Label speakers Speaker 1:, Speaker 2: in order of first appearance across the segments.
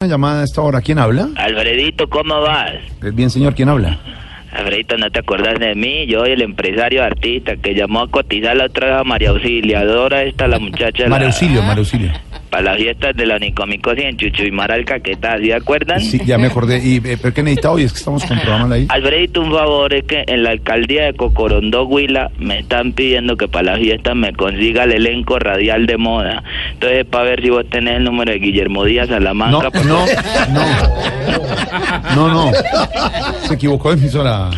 Speaker 1: Una llamada a esta hora. ¿Quién habla?
Speaker 2: Alfredito, ¿cómo vas?
Speaker 1: Pues bien, señor, ¿quién habla?
Speaker 2: Alfredito, ¿no te acuerdas de mí? Yo, el empresario artista que llamó a cotizar la otra vez a María Auxiliadora, esta la muchacha.
Speaker 1: Mario
Speaker 2: la-
Speaker 1: Auxilio, Mario Auxilio.
Speaker 2: Para las fiestas de la Onicomicosi en Chuchuimara, el Caquetá, ¿sí te acuerdan?
Speaker 1: Sí, ya me acordé. ¿Y eh, pero qué necesita hoy? Es que estamos con programa ahí.
Speaker 2: Alfredito, un favor, es que en la alcaldía de Cocorondó, Huila, me están pidiendo que para las fiestas me consiga el elenco radial de moda. Entonces, para ver si vos tenés el número de Guillermo Díaz
Speaker 1: No,
Speaker 2: Salamanca. pues-
Speaker 1: no, no. No, no. Se equivocó de emisora.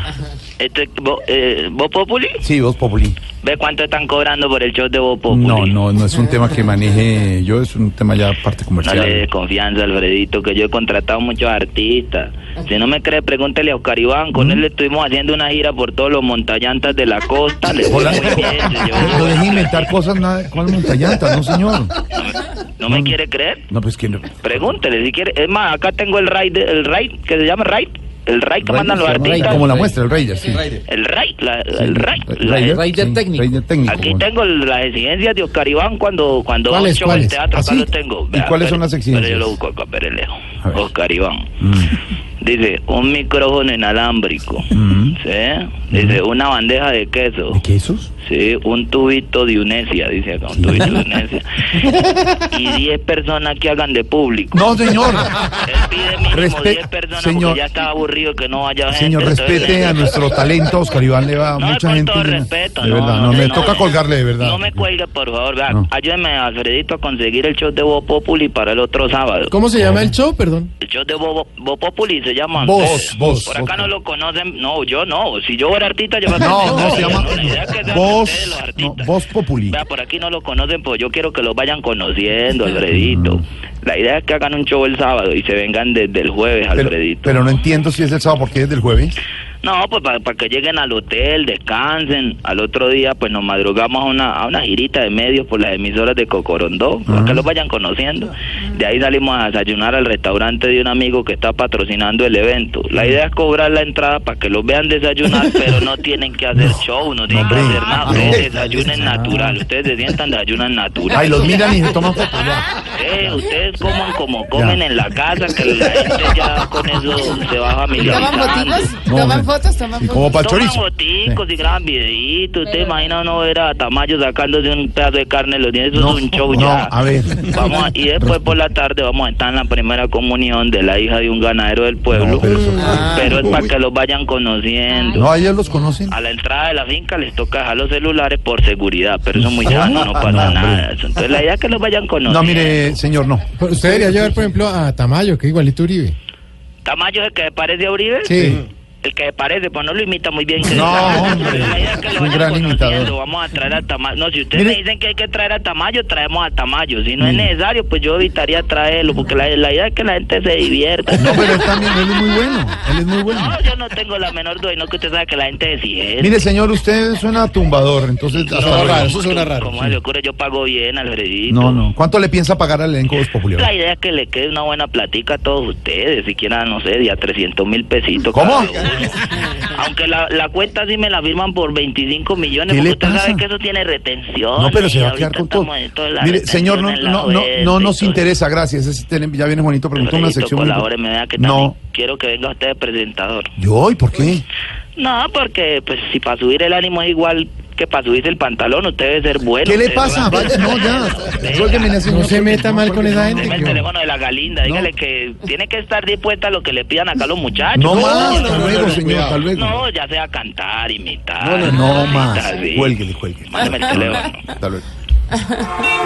Speaker 2: Este, ¿Vos eh, ¿Vos Populi?
Speaker 1: Sí, Voz Populi.
Speaker 2: ¿Ve cuánto están cobrando por el show de Vos Populi?
Speaker 1: No, no, no es un tema que maneje yo, es un tema ya parte
Speaker 2: No le des
Speaker 1: comercial.
Speaker 2: confianza, Alfredito, que yo he contratado muchos artistas. Si no me cree, pregúntele a Oscar Iván.
Speaker 1: Mm.
Speaker 2: Con él estuvimos haciendo una gira por todos los montañantas de la costa. Le fue
Speaker 1: Hola.
Speaker 2: muy bien, se llevó
Speaker 1: No
Speaker 2: una
Speaker 1: deje
Speaker 2: buena
Speaker 1: inventar cosas nada, con montañanta, no señor.
Speaker 2: plata. ¿No
Speaker 1: Mm.
Speaker 2: me quiere creer?
Speaker 1: No, pues que no.
Speaker 2: Pregúntele si quiere. Es más, acá tengo el raid, de- el raid que se llama raid. El raid que mandan los artistas.
Speaker 1: Como la muestra, el Raider, sí.
Speaker 2: El raid, la- el raid. la-
Speaker 1: Raider,
Speaker 3: Raider
Speaker 1: sí,
Speaker 3: técnico.
Speaker 1: Raider técnico.
Speaker 2: Aquí
Speaker 1: bueno.
Speaker 2: tengo las exigencias de Oscar Iván cuando, cuando va a un
Speaker 3: ¿Cuáles,
Speaker 2: show en
Speaker 3: cuáles?
Speaker 2: teatro,
Speaker 1: ¿Ah,
Speaker 2: acá
Speaker 1: sí?
Speaker 2: los tengo.
Speaker 1: ¿Y cuáles son las
Speaker 2: espere,
Speaker 1: exigencias?
Speaker 2: espere, yo lo busco acá, espere, lejos.
Speaker 1: A ver.
Speaker 2: Oscar Iván.
Speaker 1: Mm.
Speaker 2: Dice, un micrófono inalámbrico.
Speaker 1: Mm.
Speaker 2: ¿Sí? Dice, una bandeja de queso.
Speaker 1: ¿De quesos?
Speaker 2: Sí, un tubito de unesia, dice acá, un tubito de unesia. y 10 personas que hagan de público.
Speaker 1: No, señor.
Speaker 2: Él pide mínimo
Speaker 1: Respe-
Speaker 2: 10 personas
Speaker 1: señor.
Speaker 2: porque ya estaba aburrido que no haya gente.
Speaker 1: Señor,
Speaker 2: entonces
Speaker 1: respete
Speaker 2: le-
Speaker 1: a nuestro talento. Oscar Iván le va a
Speaker 2: No,
Speaker 1: mucha
Speaker 2: con
Speaker 1: gente.
Speaker 2: todo
Speaker 1: llena.
Speaker 2: respeto,
Speaker 1: de
Speaker 2: no,
Speaker 1: verdad,
Speaker 2: no,
Speaker 1: no, me
Speaker 2: no,
Speaker 1: toca
Speaker 2: no.
Speaker 1: colgarle, de verdad.
Speaker 2: No me cuelgue, por favor. vea,
Speaker 1: No.
Speaker 2: Ayúdeme, Alfredito, a conseguir el show de Bo Populi para el otro sábado.
Speaker 3: ¿Cómo se llama el show, perdón?
Speaker 2: El show de Bo, Bo- Bo Populi se llama.
Speaker 1: Vos, vos.
Speaker 2: Por acá no lo conocen. No, yo no. Si yo fuera artista, yo me
Speaker 1: No, no, se llama
Speaker 2: La idea es que sean
Speaker 1: Voz,
Speaker 2: ustedes los
Speaker 1: no,
Speaker 2: artistas.
Speaker 1: Voz Populi.
Speaker 2: Vea, por aquí no lo conocen, pues yo quiero que los vayan conociendo,
Speaker 1: Mm.
Speaker 2: Alfredito. La idea es que hagan un show el sábado y se vengan desde el jueves,
Speaker 1: Pero,
Speaker 2: Alfredito.
Speaker 1: pero no entiendo si es el sábado porque es del jueves.
Speaker 2: No, pues para que lleguen al hotel, descansen. Al otro día, pues nos madrugamos a una, a una girita de medios por las emisoras de Cocorondó, para
Speaker 1: Ah.
Speaker 2: que los vayan conociendo. De ahí salimos a desayunar al restaurante de un amigo que está patrocinando el evento. La idea es cobrar la entrada para que los vean desayunar, pero no tienen que hacer show, no tienen que
Speaker 1: hombre, Ah,
Speaker 2: hacer nada.
Speaker 1: no. Ah.
Speaker 2: Ustedes desayunen natural, ustedes se sientan, desayunan natural.
Speaker 1: Ay, los miran y se toman fotos. ya.
Speaker 2: Eh, ustedes coman como comen
Speaker 1: Ya.
Speaker 2: en la casa, que la gente ya con eso se va
Speaker 4: Toman
Speaker 2: familiarizando.
Speaker 4: fotos,
Speaker 1: No,
Speaker 4: toman
Speaker 1: sí.
Speaker 4: fotos, toman
Speaker 1: Y
Speaker 4: fotos.
Speaker 1: como para el
Speaker 2: Toman
Speaker 1: chorizo.
Speaker 2: boticos y graban videitos. ¿Usted imagina uno ver a Tamayo sacándose un pedazo de carne en los dientes? Eso es un show
Speaker 1: no,
Speaker 2: ya.
Speaker 1: a ver.
Speaker 2: Vamos a- y después por la tarde vamos a estar en la primera comunión de la hija de un ganadero del pueblo.
Speaker 1: No, pero
Speaker 2: pero
Speaker 1: eso-
Speaker 4: Ah.
Speaker 2: es para que los vayan conociendo.
Speaker 1: No, ellos los conocen.
Speaker 2: A la entrada de la finca les toca dejar los celulares por seguridad, pero eso es muy sano, no pasa
Speaker 1: No, hombre.
Speaker 2: nada. Eso. Entonces la idea es que los vayan conociendo.
Speaker 1: No, mire, señor, no.
Speaker 3: Pero Usted debería llevar, por ejemplo, a Tamayo, que es igualito a Uribe.
Speaker 2: ¿Tamayo es el que se parece a Uribe?
Speaker 3: Sí.
Speaker 2: El que se parece, pues no lo imita muy bien. que
Speaker 1: No,
Speaker 2: digamos.
Speaker 1: hombre,
Speaker 2: La idea es que
Speaker 1: es
Speaker 2: lo
Speaker 1: un
Speaker 2: vayan
Speaker 1: gran
Speaker 2: conociendo,
Speaker 1: imitador.
Speaker 2: Vamos a traer a Tamayo. No, si ustedes
Speaker 1: Mire-
Speaker 2: me dicen que hay que traer a Tamayo, traemos a Tamayo. Si no es necesario, pues yo evitaría traerlo, porque la, la idea es que la gente se divierta.
Speaker 1: No, pero él también, él es muy bueno. Él es muy bueno.
Speaker 2: No, yo no tengo la menor duda, y no que usted sabe que la gente exige.
Speaker 1: Mire, señor, usted suena tumbador, entonces hasta
Speaker 2: no,
Speaker 1: luego.
Speaker 3: raro, eso suena raro,
Speaker 2: Como
Speaker 3: sí.
Speaker 2: le ocurre, yo pago bien, Alfredito.
Speaker 1: No, no. ¿Cuánto le piensa pagar al elenco Voz Populi?
Speaker 2: La idea es que le quede una buena platica a todos ustedes, siquiera, no sé, de a 300 mil pesitos.
Speaker 1: ¿Cómo?
Speaker 2: cada uno. Aunque la, la cuenta sí me la firman por 25 millones,
Speaker 1: ¿Qué
Speaker 2: porque
Speaker 1: le
Speaker 2: usted
Speaker 1: pasa?
Speaker 2: sabe que eso tiene retención.
Speaker 1: No, pero se
Speaker 2: y
Speaker 1: va a quedar
Speaker 2: ahorita
Speaker 1: con todo.
Speaker 2: estamos en todas las
Speaker 1: Mire, señor, no,
Speaker 2: retenciones, la
Speaker 1: no, no,
Speaker 2: OES,
Speaker 1: no nos
Speaker 2: entonces,
Speaker 1: interesa, gracias. Ese tiene- ya viene Juanito, preguntó una
Speaker 2: Alfredito,
Speaker 1: sección.
Speaker 2: colabóreme, vea que
Speaker 1: No,
Speaker 2: también quiero que venga usted de presentador.
Speaker 1: yo, ¿y por qué?
Speaker 2: No, porque pues si para subir el ánimo es igual que para subirse el pantalón, usted debe ser bueno.
Speaker 1: ¿Qué le
Speaker 2: usted
Speaker 1: pasa?
Speaker 2: va-
Speaker 1: Vaya, no, ya.
Speaker 2: Usted-
Speaker 1: Suélteme, señor.
Speaker 3: No se meta mal con esa
Speaker 2: Deme
Speaker 3: gente.
Speaker 2: el
Speaker 3: que-
Speaker 2: teléfono de la Galinda, dígale que tiene que estar dispuesta a lo que le pidan acá los muchachos.
Speaker 1: No más,
Speaker 2: no,
Speaker 1: hasta luego, señor, hasta luego.
Speaker 2: No, ya sea cantar, imitar.
Speaker 1: No, no, no más.
Speaker 2: cositas así.
Speaker 1: Cuélguele, cuélguele.
Speaker 2: Mándeme el teléfono.
Speaker 1: Hasta luego.